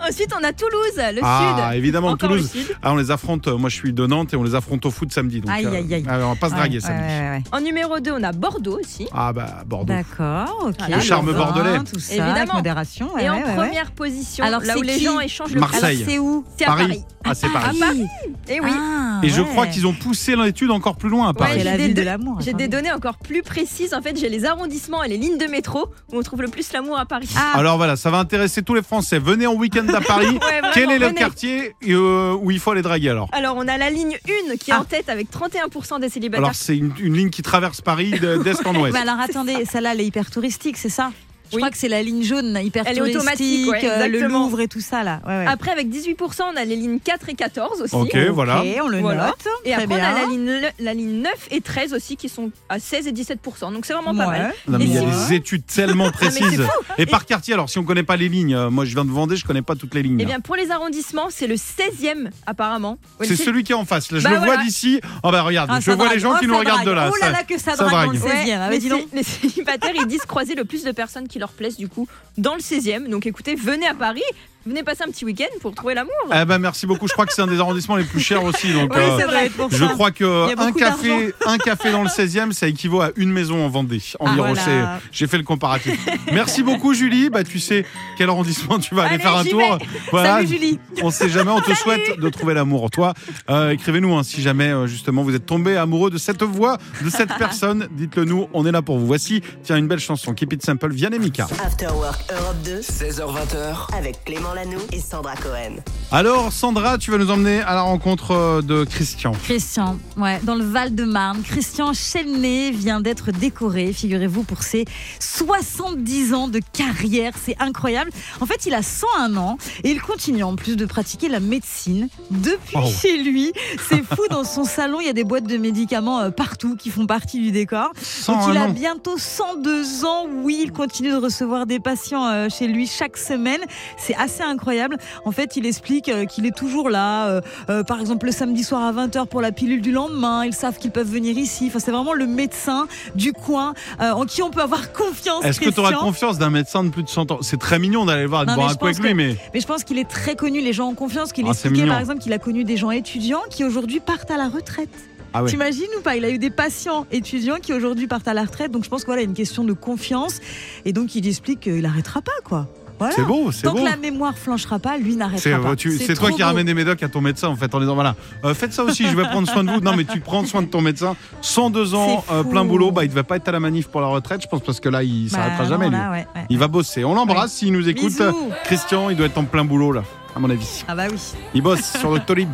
[SPEAKER 6] Ensuite, on a Toulouse, le
[SPEAKER 3] Ah,
[SPEAKER 6] sud.
[SPEAKER 3] évidemment,
[SPEAKER 6] Encore
[SPEAKER 3] Toulouse.
[SPEAKER 6] le sud.
[SPEAKER 3] Ah, on les affronte, euh, moi je suis de Nantes et on les affronte au foot samedi. Donc,
[SPEAKER 4] Aïe,
[SPEAKER 3] euh,
[SPEAKER 4] aïe, aïe.
[SPEAKER 3] ah, on va pas se draguer
[SPEAKER 4] Ouais,
[SPEAKER 3] samedi.
[SPEAKER 4] ouais, ouais, ouais.
[SPEAKER 6] En numéro 2, on a Bordeaux aussi.
[SPEAKER 3] Ah, bah, Bordeaux.
[SPEAKER 4] D'accord, ok.
[SPEAKER 6] Voilà, Le
[SPEAKER 3] charme
[SPEAKER 4] Bordeaux,
[SPEAKER 3] bordelais.
[SPEAKER 4] Tout ça,
[SPEAKER 6] Évidemment.
[SPEAKER 4] avec modération. ouais,
[SPEAKER 6] Et en
[SPEAKER 4] ouais, ouais.
[SPEAKER 6] première position,
[SPEAKER 4] Alors,
[SPEAKER 6] là
[SPEAKER 4] c'est
[SPEAKER 6] où les
[SPEAKER 4] qui
[SPEAKER 6] gens échangent le
[SPEAKER 3] Marseille.
[SPEAKER 4] Alors,
[SPEAKER 6] plus,
[SPEAKER 4] c'est où
[SPEAKER 6] c'est à Paris.
[SPEAKER 3] Ah, c'est
[SPEAKER 4] Ah,
[SPEAKER 3] Paris.
[SPEAKER 4] Paris.
[SPEAKER 6] Et Eh oui.
[SPEAKER 4] Ah,
[SPEAKER 3] Et je crois
[SPEAKER 4] ouais.
[SPEAKER 3] qu'ils ont poussé l'étude encore plus loin à Paris.
[SPEAKER 4] C'est
[SPEAKER 6] Bah, j'ai
[SPEAKER 4] la
[SPEAKER 6] des
[SPEAKER 4] ville de
[SPEAKER 6] deux-
[SPEAKER 4] l'amour.
[SPEAKER 6] J'ai
[SPEAKER 4] attendez.
[SPEAKER 6] des données encore plus précises. En fait, j'ai les arrondissements et les lignes de métro où on trouve le plus l'amour à Paris.
[SPEAKER 4] Ah,
[SPEAKER 3] Alors voilà, ça va intéresser tous les Français. Venez en week-end à Paris.
[SPEAKER 6] Ouais, vraiment,
[SPEAKER 3] Quel est le
[SPEAKER 6] venez.
[SPEAKER 3] quartier euh, où il faut aller draguer alors
[SPEAKER 6] Alors, on a la ligne 1 qui est
[SPEAKER 4] Ah.
[SPEAKER 6] en tête avec 31% des
[SPEAKER 4] Bah,
[SPEAKER 6] célibataires.
[SPEAKER 3] Alors c'est une, une ligne qui traverse Paris de- d'est en ouest.
[SPEAKER 4] mais alors attendez, celle-là, elle est hyper touristique, c'est ça Je
[SPEAKER 6] Oui.
[SPEAKER 4] crois que c'est la ligne jaune, hyper
[SPEAKER 6] Elle est
[SPEAKER 4] touristique,
[SPEAKER 6] automatique, ouais,
[SPEAKER 4] euh, le
[SPEAKER 6] exactement. Ah,
[SPEAKER 4] Louvre et tout ça là. Ouais, ouais.
[SPEAKER 6] Après, avec 18%, on a les lignes 4 et 14 aussi.
[SPEAKER 3] Ok, voilà.
[SPEAKER 4] Ok, on le
[SPEAKER 6] Voilà.
[SPEAKER 4] note.
[SPEAKER 6] Et
[SPEAKER 4] Très
[SPEAKER 6] après, on a
[SPEAKER 4] bien.
[SPEAKER 6] la ligne, le- la ligne 9 et 13 aussi qui sont à 16 et 17%. Donc, c'est vraiment pas
[SPEAKER 4] Ouais.
[SPEAKER 6] mal.
[SPEAKER 3] Non, mais il y a
[SPEAKER 4] Et Ah,
[SPEAKER 3] des
[SPEAKER 4] c'est-
[SPEAKER 3] études tellement précises. Et par quartier, alors si on connaît pas les lignes, euh, moi je viens de Vendée, je connais pas toutes les
[SPEAKER 4] Eh
[SPEAKER 3] lignes.
[SPEAKER 6] Et
[SPEAKER 3] là.
[SPEAKER 6] Eh bien, pour les arrondissements, c'est le 16e apparemment. Ouais,
[SPEAKER 3] C'est
[SPEAKER 6] le-
[SPEAKER 3] celui qui est en face. Là, je
[SPEAKER 6] Bah
[SPEAKER 3] le vois
[SPEAKER 6] voilà.
[SPEAKER 3] d'ici. Oh bah regarde,
[SPEAKER 4] Ah,
[SPEAKER 3] je
[SPEAKER 4] ça
[SPEAKER 3] vois les
[SPEAKER 4] drague.
[SPEAKER 3] gens qui
[SPEAKER 4] Oh,
[SPEAKER 3] nous
[SPEAKER 4] ça
[SPEAKER 3] regardent de là.
[SPEAKER 4] drague. Oh
[SPEAKER 3] ça-
[SPEAKER 4] là là, que ça
[SPEAKER 3] ça
[SPEAKER 4] drague dans le
[SPEAKER 3] drague.
[SPEAKER 4] 16e. Ah,
[SPEAKER 6] les,
[SPEAKER 4] bah, dis donc.
[SPEAKER 6] cé- les célibataires, ils disent croiser le plus de personnes qui leur plaisent du coup dans le 16e. Donc écoutez, venez à Paris, venez passer un petit week-end pour trouver l'amour.
[SPEAKER 3] Eh ben merci beaucoup. Je crois que c'est un des arrondissements les plus chers aussi. Donc
[SPEAKER 4] Oui,
[SPEAKER 3] euh,
[SPEAKER 4] c'est vrai, pour
[SPEAKER 3] je
[SPEAKER 4] ça.
[SPEAKER 3] crois
[SPEAKER 4] Il y a
[SPEAKER 3] que un
[SPEAKER 4] beaucoup
[SPEAKER 3] café, un café dans le 16e, ça équivaut à une maison en Vendée. Environ,
[SPEAKER 4] Ah, voilà.
[SPEAKER 3] c'est- j'ai fait le comparatif. Merci beaucoup Julie. Bah tu sais quel arrondissement tu vas aller
[SPEAKER 6] Allez,
[SPEAKER 3] faire un
[SPEAKER 6] j'y
[SPEAKER 3] tour.
[SPEAKER 6] vais.
[SPEAKER 3] Voilà,
[SPEAKER 4] Salut Julie.
[SPEAKER 3] On sait jamais, on te souhaite de trouver l'amour en toi. Euh, Écrivez-nous hein, si jamais euh, justement vous êtes tombé amoureux de cette voix, de cette personne. Dites-le nous, on est là pour vous. Voici, tiens, une belle chanson, Keep It Simple, Vianney Mika.
[SPEAKER 1] After Work Europe 2
[SPEAKER 2] 16h20h,
[SPEAKER 1] avec Clément Lano et Sandra Cohen.
[SPEAKER 3] Alors Sandra, tu vas nous emmener à la rencontre euh, de Christian.
[SPEAKER 4] Christian, ouais, dans le Val-de-Marne, Christian Chelnay vient d'être décoré, figurez-vous, pour ses 70 ans de carrière. C'est incroyable. En fait, il a 101 ans et il continue en plus de pratiquer la médecine depuis
[SPEAKER 3] Oh.
[SPEAKER 4] chez lui. C'est fou, dans son salon, il y a des boîtes de médicaments euh, partout qui font partie du décor. Donc,
[SPEAKER 3] 101
[SPEAKER 4] il a
[SPEAKER 3] ans.
[SPEAKER 4] bientôt 102 ans. Oui, il continue de recevoir des patients euh, chez lui chaque semaine. C'est assez incroyable. En fait, il explique euh, qu'il est toujours là. euh, euh, par exemple, le samedi soir à 20h pour la pilule du lendemain. Ils savent qu'ils peuvent venir ici. Enfin, c'est vraiment le médecin du coin euh, en qui on peut avoir confiance.
[SPEAKER 3] Est-ce que tu auras
[SPEAKER 4] Christian.
[SPEAKER 3] confiance d'un médecin de plus de 100 ans C'est très mignon d'aller le voir, de
[SPEAKER 4] Non,
[SPEAKER 3] boire
[SPEAKER 4] mais
[SPEAKER 3] un
[SPEAKER 4] je
[SPEAKER 3] coup avec
[SPEAKER 4] pense
[SPEAKER 3] lui,
[SPEAKER 4] que-
[SPEAKER 3] mais
[SPEAKER 4] Mais je pense qu'il est très connu. Les gens ont confiance. Qu'il
[SPEAKER 3] Ah, c'est
[SPEAKER 4] expliquait,
[SPEAKER 3] mignon.
[SPEAKER 4] par exemple, qu'il a connu des gens étudiants qui aujourd'hui partent à la retraite.
[SPEAKER 3] ah ouais.
[SPEAKER 4] T'imagines ou pas Il a eu des patients étudiants qui aujourd'hui partent à la retraite. Donc je pense qu'il voilà, une question de confiance. Et donc il explique qu'il n'arrêtera pas, quoi. Voilà.
[SPEAKER 3] C'est beau, c'est
[SPEAKER 4] Tant
[SPEAKER 3] beau.
[SPEAKER 4] que Ah, la mémoire flanchera pas, lui
[SPEAKER 3] C'est
[SPEAKER 4] n'arrêtera pas.
[SPEAKER 3] tu- c'est toi
[SPEAKER 4] trop
[SPEAKER 3] qui
[SPEAKER 4] beau.
[SPEAKER 3] ramènes des médocs à ton médecin en fait en disant voilà euh, faites ça aussi je vais prendre soin de vous non mais tu prends soin de ton médecin 102 ans
[SPEAKER 4] C'est
[SPEAKER 3] euh,
[SPEAKER 4] fou.
[SPEAKER 3] plein boulot bah il devait pas être à la manif pour la retraite je pense parce que là il
[SPEAKER 4] Bah,
[SPEAKER 3] s'arrêtera
[SPEAKER 4] non,
[SPEAKER 3] jamais lui
[SPEAKER 4] là, ouais, ouais.
[SPEAKER 3] il va bosser on l'embrasse s'il nous écoute
[SPEAKER 4] Bisous.
[SPEAKER 3] Christian il doit être en plein boulot là à mon avis
[SPEAKER 4] Ah bah oui.
[SPEAKER 3] il bosse sur le Tolib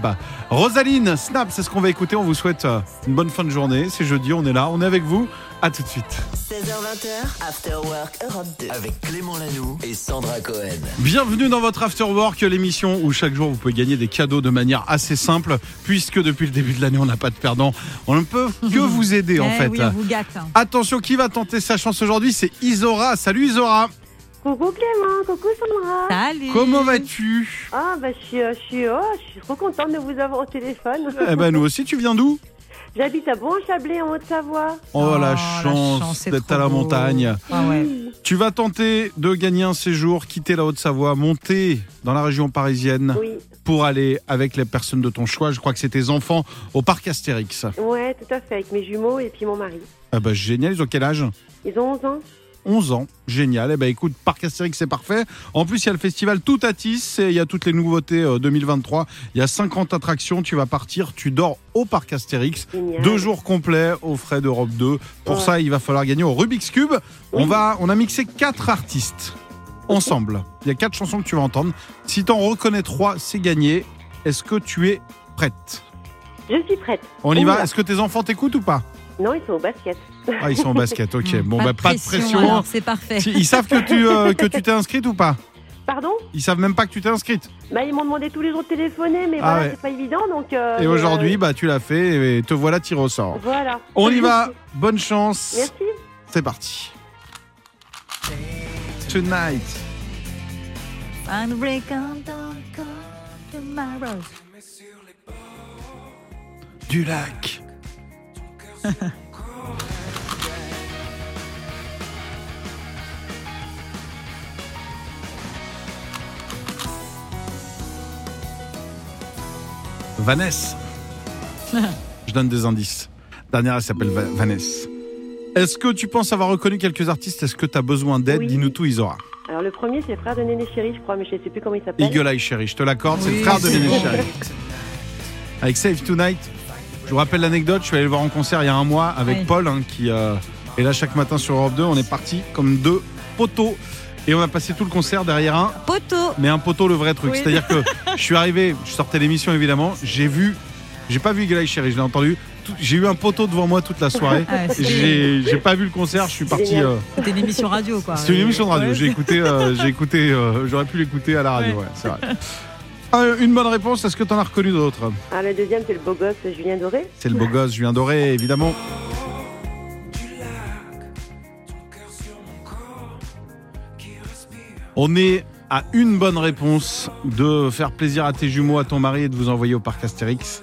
[SPEAKER 3] Rosaline Snap c'est ce qu'on va écouter on vous souhaite euh, une bonne fin de journée c'est jeudi on est là on est avec vous à tout de suite
[SPEAKER 1] 16h20h, After Work Europe 2.
[SPEAKER 2] avec Clément Lanoux et Sandra Cohen.
[SPEAKER 3] Bienvenue dans votre After Work, l'émission où chaque jour vous pouvez gagner des cadeaux de manière assez simple, puisque depuis le début de l'année on n'a pas de perdant. On ne peut que vous aider en
[SPEAKER 4] Eh
[SPEAKER 3] fait.
[SPEAKER 4] oui, on vous gâte. hein.
[SPEAKER 3] Attention, qui va tenter sa chance aujourd'hui C'est Isora. Salut Isora,
[SPEAKER 11] Coucou Clément, Ah, coucou Sandra.
[SPEAKER 4] Salut.
[SPEAKER 3] comment vas-tu
[SPEAKER 11] Ah bah je suis, euh, je suis, oh, je suis trop contente de vous avoir au téléphone.
[SPEAKER 3] Eh ben nous aussi, tu viens d'où
[SPEAKER 11] J'habite à Bon-Chablais en Haute-Savoie.
[SPEAKER 3] Oh, la
[SPEAKER 4] la
[SPEAKER 3] chance,
[SPEAKER 4] chance, c'est
[SPEAKER 3] d'être
[SPEAKER 4] trop
[SPEAKER 3] à la
[SPEAKER 4] beau.
[SPEAKER 3] montagne.
[SPEAKER 4] Ah ouais.
[SPEAKER 3] Tu vas tenter de gagner un séjour, quitter la Haute-Savoie, monter dans la région parisienne
[SPEAKER 11] Oui,
[SPEAKER 3] pour aller avec les personnes de ton choix, je crois que c'est tes enfants, au parc Astérix.
[SPEAKER 11] ouais, tout à fait, avec mes jumeaux et puis mon mari.
[SPEAKER 3] Ah bah génial, ils ont quel âge
[SPEAKER 11] Ils ont 11 ans.
[SPEAKER 3] 11 ans. Génial. Eh ben écoute, Parc Astérix, c'est parfait. En plus, il y a le festival Tout Toutatis et il y a toutes les nouveautés euh, 2023. Il y a 50 attractions. Tu vas partir, tu dors au Parc Astérix.
[SPEAKER 11] Génial.
[SPEAKER 3] Deux jours complets aux frais d'Europe 2. Pour
[SPEAKER 11] Ouais.
[SPEAKER 3] ça, il va falloir gagner au Rubik's Cube. On, va, on a mixé quatre artistes ensemble. Il y a quatre chansons que tu vas entendre. Si t'en reconnais trois, c'est gagné. Est-ce que tu es prête
[SPEAKER 11] Je suis prête.
[SPEAKER 3] On y va Est-ce que tes enfants t'écoutent ou pas
[SPEAKER 11] Non, ils sont au basket.
[SPEAKER 3] Ah, ils sont en basket, ok. Bon, bah, pas de pression.
[SPEAKER 4] alors, c'est parfait.
[SPEAKER 3] Si- Ils savent que tu euh, que tu t'es inscrite ou pas
[SPEAKER 11] Pardon
[SPEAKER 3] Ils savent même pas que tu t'es inscrite.
[SPEAKER 11] Bah, ils m'ont demandé tous les jours de téléphoner, mais
[SPEAKER 3] Ah
[SPEAKER 11] voilà,
[SPEAKER 3] ouais.
[SPEAKER 11] c'est pas évident. Donc,
[SPEAKER 6] Ah
[SPEAKER 11] euh,
[SPEAKER 3] Et
[SPEAKER 11] mais,
[SPEAKER 3] aujourd'hui, bah tu l'as fait et te voilà tiré au
[SPEAKER 11] euh,
[SPEAKER 3] sort.
[SPEAKER 11] voilà.
[SPEAKER 3] On y va. Bonne chance.
[SPEAKER 11] Merci.
[SPEAKER 3] C'est parti. Tonight.
[SPEAKER 4] And break on down, come tomorrow.
[SPEAKER 3] du lac. Vanessa. Je donne des indices. Dernière, elle s'appelle Va- Vanessa. Est-ce que tu penses avoir reconnu quelques artistes Est-ce que tu as besoin d'aide
[SPEAKER 11] Oui.
[SPEAKER 3] Dis-nous tout, Isora.
[SPEAKER 11] Alors, le premier, c'est le frère de Néné Chéri, je crois, mais je sais plus comment il
[SPEAKER 4] Bah,
[SPEAKER 11] s'appelle.
[SPEAKER 3] Eagle Eye Chéri, je te l'accorde, c'est le frère de Néné Chéri. Avec Save Tonight, je vous rappelle l'anecdote, je suis allé le voir en concert il y a un mois avec
[SPEAKER 4] Oui.
[SPEAKER 3] Paul, hein, qui euh, est là chaque matin sur Europe 2. On est parti comme deux poteaux et on a passé tout le concert derrière un,
[SPEAKER 4] Poteau.
[SPEAKER 3] mais un poteau le vrai truc.
[SPEAKER 6] Oui.
[SPEAKER 3] C'est-à-dire que je suis arrivé, je sortais l'émission évidemment, j'ai vu, j'ai pas vu Eagle Eye Chéri, je l'ai entendu. tout- J'ai eu un poteau devant moi toute la soirée.
[SPEAKER 4] Ah, c'est-
[SPEAKER 3] J'ai j'ai pas vu le concert, je suis parti.
[SPEAKER 11] Génial.
[SPEAKER 3] euh,
[SPEAKER 4] C'était une émission radio, quoi.
[SPEAKER 3] c'est une émission de radio.
[SPEAKER 4] Ah Ouais.
[SPEAKER 3] J'ai écouté, euh, j'ai écouté, euh, j'aurais pu l'écouter à la radio. ouais, c'est vrai. Ah, une bonne réponse. Est-ce que t'en as reconnu d'autres
[SPEAKER 11] Ah, le deuxième, c'est le beau gosse Julien Doré.
[SPEAKER 3] C'est le beau gosse Julien Doré, évidemment. On est à une bonne réponse de faire plaisir à tes jumeaux, à ton mari et de vous envoyer au parc Astérix.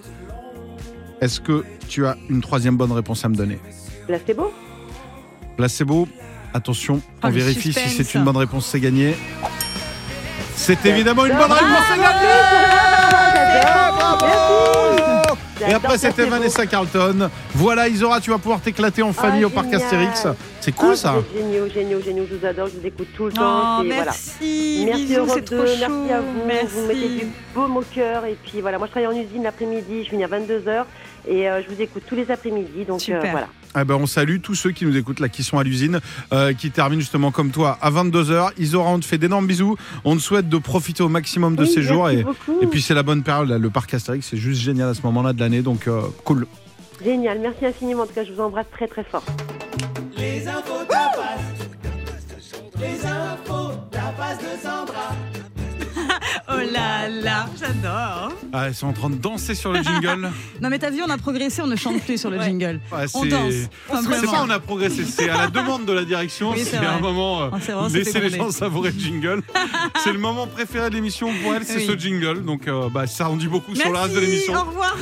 [SPEAKER 3] Est-ce que tu as une troisième bonne réponse à me donner
[SPEAKER 11] Là, c'est beau.
[SPEAKER 3] Placebo, attention, on
[SPEAKER 4] Ah, le
[SPEAKER 3] vérifie
[SPEAKER 4] suspense.
[SPEAKER 3] si c'est une bonne réponse, c'est gagné. C'est évidemment une bonne réponse, c'est gagné Bravo Et après, c'était Vanessa Carlton. Voilà, Isora, tu vas pouvoir t'éclater en famille
[SPEAKER 11] Ah,
[SPEAKER 3] au parc
[SPEAKER 11] génial. Ah,
[SPEAKER 3] Astérix. C'est cool ça
[SPEAKER 11] Hein, Géniaux, géniaux, géniaux. Je vous adore, je vous écoute tout le temps.
[SPEAKER 4] Oh,
[SPEAKER 11] c'est- voilà.
[SPEAKER 4] merci.
[SPEAKER 11] Merci
[SPEAKER 4] Bisous,
[SPEAKER 11] Europe
[SPEAKER 4] c'est
[SPEAKER 11] 2,
[SPEAKER 4] trop chaud.
[SPEAKER 11] merci à vous.
[SPEAKER 4] Merci.
[SPEAKER 11] Vous mettez du baume au cœur. Et puis voilà, moi je travaille en usine l'après-midi, je finis à 22h et euh, je vous écoute tous les après-midi. Donc
[SPEAKER 4] Super.
[SPEAKER 11] euh, voilà.
[SPEAKER 3] Eh ben, On salue tous ceux qui nous écoutent là, qui sont à l'usine, euh, qui terminent justement comme toi à 22h. Isora, on te fait d'énormes bisous. On te souhaite de profiter au maximum de
[SPEAKER 11] Oui,
[SPEAKER 3] ces jours.
[SPEAKER 11] merci
[SPEAKER 3] Et,
[SPEAKER 11] beaucoup.
[SPEAKER 3] et puis, c'est la bonne période. là. Le parc Astérix, c'est juste génial à ce moment-là de l'année. Donc, euh, cool.
[SPEAKER 11] Génial, merci infiniment. En tout cas, je vous embrasse très très fort.
[SPEAKER 4] Oh là là, j'adore.
[SPEAKER 3] Ah, elles sont en train de danser sur le jingle.
[SPEAKER 4] Non, mais t'as vu, on a progressé, on ne chante plus sur le
[SPEAKER 6] Ouais.
[SPEAKER 4] jingle.
[SPEAKER 3] Ah, c'est-
[SPEAKER 4] On danse.
[SPEAKER 3] C'est
[SPEAKER 4] simplement.
[SPEAKER 3] pas on a progressé, c'est à la demande de la direction.
[SPEAKER 4] Oui, c'est
[SPEAKER 3] c'est
[SPEAKER 4] vrai.
[SPEAKER 3] un moment. euh,
[SPEAKER 4] Ah, c'est vrai, on s'est
[SPEAKER 3] laissez
[SPEAKER 4] fait
[SPEAKER 3] les
[SPEAKER 4] gronder.
[SPEAKER 3] gens savourer le jingle. c'est le moment préféré de l'émission pour elle, c'est
[SPEAKER 4] Oui.
[SPEAKER 3] ce jingle. Donc euh, bah, ça en dit beaucoup sur le reste de
[SPEAKER 4] Merci, Oh.
[SPEAKER 3] l'émission.
[SPEAKER 4] Au revoir.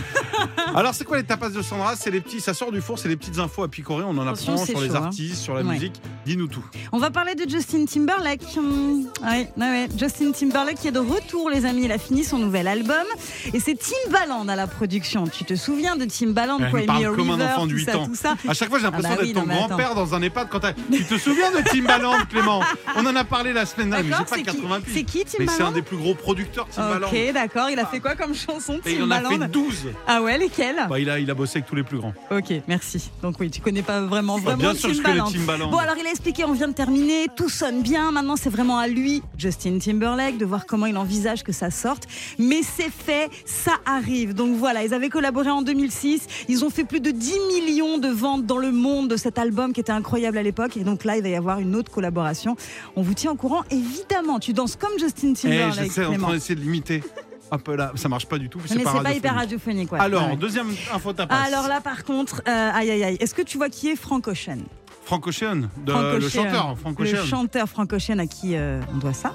[SPEAKER 3] Alors c'est quoi les tapas de Sandra C'est les petits, ça sort du four, c'est les petites infos à picorer. On en
[SPEAKER 4] Attention,
[SPEAKER 3] apprend
[SPEAKER 4] c'est
[SPEAKER 3] sur les
[SPEAKER 4] chaud, hein.
[SPEAKER 3] artistes, sur la
[SPEAKER 4] Ouais.
[SPEAKER 3] musique. Dis-nous tout.
[SPEAKER 4] On va parler de Justin Timberlake. Hum, ouais, ouais, ouais. Justin Timberlake qui est de retour, les amis. Il a fini son nouvel album. Et c'est Timbaland à la production. Tu te souviens de Timbaland,
[SPEAKER 3] Elle me
[SPEAKER 4] Cry Me
[SPEAKER 3] Eh, parle
[SPEAKER 4] a
[SPEAKER 3] comme un
[SPEAKER 4] River,
[SPEAKER 3] enfant de
[SPEAKER 4] tout
[SPEAKER 3] 8
[SPEAKER 4] ça,
[SPEAKER 3] ans.
[SPEAKER 4] tout ça.
[SPEAKER 3] À chaque fois, j'ai l'impression
[SPEAKER 4] Ah bah oui,
[SPEAKER 3] d'être
[SPEAKER 4] non,
[SPEAKER 3] ton
[SPEAKER 4] mais attends.
[SPEAKER 3] grand-père dans un EHPAD quand t'as- Tu te souviens de Timbaland, Clément On en a parlé la semaine dernière.
[SPEAKER 4] D'accord,
[SPEAKER 3] mais
[SPEAKER 4] c'est
[SPEAKER 3] J'ai pas
[SPEAKER 4] qui-
[SPEAKER 3] 88.
[SPEAKER 4] c'est qui,
[SPEAKER 3] Mais c'est un
[SPEAKER 4] Timbaland
[SPEAKER 3] des plus gros producteurs, Timbaland.
[SPEAKER 4] Ok, d'accord. Il a fait quoi comme chanson,
[SPEAKER 3] Et il en a fait
[SPEAKER 4] Timbaland
[SPEAKER 3] 12.
[SPEAKER 4] Ah Bah, ouais, lesquelles
[SPEAKER 3] Bah, il, a, il a bossé avec tous les plus grands.
[SPEAKER 4] Ok, merci. Donc oui, tu connais pas vraiment,
[SPEAKER 3] Bah,
[SPEAKER 4] vraiment
[SPEAKER 3] bien sûr, je connais
[SPEAKER 4] Timbaland.
[SPEAKER 3] Timbaland.
[SPEAKER 4] Bon, alors il a expliqué, on vient de terminer, tout sonne bien. Maintenant, c'est vraiment à lui, Justin Timberlake, de voir comment il envisage que ça sorte. Mais c'est fait, ça arrive. Donc voilà, ils avaient collaboré en 2006. Ils ont fait plus de 10 millions de ventes dans le monde de cet album qui était incroyable à l'époque. Et donc là, il va y avoir une autre collaboration. On vous tient au courant, évidemment. Tu danses comme Justin
[SPEAKER 3] Eh,
[SPEAKER 4] Timberlake.
[SPEAKER 3] je sais, on est en
[SPEAKER 4] Clément.
[SPEAKER 3] train d'essayer de l'imiter. Un peu là, ça marche pas du tout. puis
[SPEAKER 4] mais c'est pas hyper
[SPEAKER 3] radiophonique.
[SPEAKER 4] radiophonique. ouais.
[SPEAKER 3] Alors,
[SPEAKER 4] Ouais.
[SPEAKER 3] deuxième info tapas.
[SPEAKER 4] alors là, par contre, euh, aïe aïe aïe, est-ce que tu vois qui est Frank Ocean
[SPEAKER 3] Frank Ocean, de-
[SPEAKER 4] Frank
[SPEAKER 3] le
[SPEAKER 4] Ocean.
[SPEAKER 3] chanteur. Frank
[SPEAKER 4] Le
[SPEAKER 3] Ocean.
[SPEAKER 4] chanteur Frank Ocean à qui euh, on doit ça.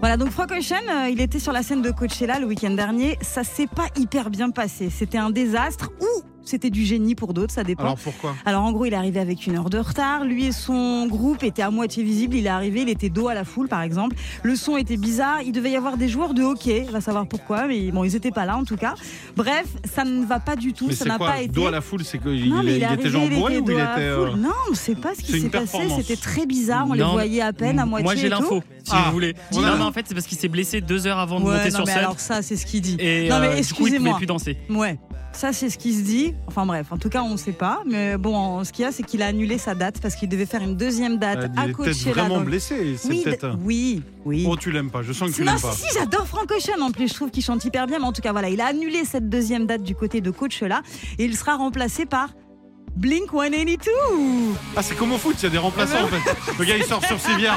[SPEAKER 4] Voilà, donc Frank Ocean, euh, il était sur la scène de Coachella le week-end dernier. Ça s'est pas hyper bien passé. C'était un désastre. Ou c'était du génie pour d'autres, ça dépend.
[SPEAKER 3] Alors pourquoi
[SPEAKER 4] Alors en gros, il est arrivé avec une heure de retard. Lui et son groupe étaient à moitié visibles. Il est arrivé, il était dos à la foule, par exemple. Le son était bizarre. Il devait y avoir des joueurs de hockey. On va savoir pourquoi, mais bon, ils étaient pas là en tout cas. Bref, ça ne va pas du tout.
[SPEAKER 3] Mais
[SPEAKER 4] ça
[SPEAKER 3] c'est
[SPEAKER 4] n'a
[SPEAKER 3] quoi
[SPEAKER 4] pas été.
[SPEAKER 3] Dos à la foule, c'est qu'il
[SPEAKER 4] Non, mais il, est
[SPEAKER 3] était
[SPEAKER 4] arrivé,
[SPEAKER 3] genre
[SPEAKER 4] il
[SPEAKER 3] bourré
[SPEAKER 4] était
[SPEAKER 3] ou il
[SPEAKER 4] dos
[SPEAKER 3] était.
[SPEAKER 4] à la
[SPEAKER 3] euh,
[SPEAKER 4] foule. Non, on ne sait pas ce
[SPEAKER 3] c'est
[SPEAKER 4] qui
[SPEAKER 3] une
[SPEAKER 4] s'est passé.
[SPEAKER 3] performance.
[SPEAKER 4] C'était très bizarre. On les
[SPEAKER 12] Non,
[SPEAKER 4] voyait à peine, à
[SPEAKER 12] Moi,
[SPEAKER 4] moitié.
[SPEAKER 12] j'ai
[SPEAKER 4] et tout.
[SPEAKER 12] l'info, si
[SPEAKER 3] Ah.
[SPEAKER 12] vous voulez.
[SPEAKER 3] On a-
[SPEAKER 12] non, mais en fait, c'est parce qu'il s'est blessé deux heures avant de
[SPEAKER 4] Ouais,
[SPEAKER 12] monter
[SPEAKER 4] non,
[SPEAKER 12] sur
[SPEAKER 4] mais
[SPEAKER 12] scène.
[SPEAKER 4] alors ça, c'est ce qu'il dit.
[SPEAKER 12] Et,
[SPEAKER 4] non,
[SPEAKER 12] euh, du coup, il
[SPEAKER 4] mais
[SPEAKER 12] pouvait
[SPEAKER 4] excusez-moi.
[SPEAKER 12] plus danser.
[SPEAKER 4] Ouais. Ça, c'est ce qui se dit. Enfin bref, en tout cas, on ne sait pas. Mais bon, en- ce qu'il y a, c'est qu'il a annulé sa date parce qu'il devait faire une deuxième date
[SPEAKER 3] euh,
[SPEAKER 4] à
[SPEAKER 3] Il est peut-être
[SPEAKER 4] Coachella.
[SPEAKER 3] vraiment
[SPEAKER 4] dans le-
[SPEAKER 3] blessé. C'est
[SPEAKER 4] Oui,
[SPEAKER 3] peut-être.
[SPEAKER 12] euh,
[SPEAKER 4] Oui, oui.
[SPEAKER 3] Oh, tu l'aimes pas. Je sens que tu
[SPEAKER 4] non,
[SPEAKER 3] l'aimes pas.
[SPEAKER 4] si, j'adore Franco Ocean en plus, je trouve qu'il chante hyper bien, mais en tout cas, voilà, il a annulé cette deuxième date du côté de Coachella et il sera remplacé par Blink 182.
[SPEAKER 3] Ah, c'est comme au foot, il y a des remplaçants en fait. Le gars, il sort sur civière.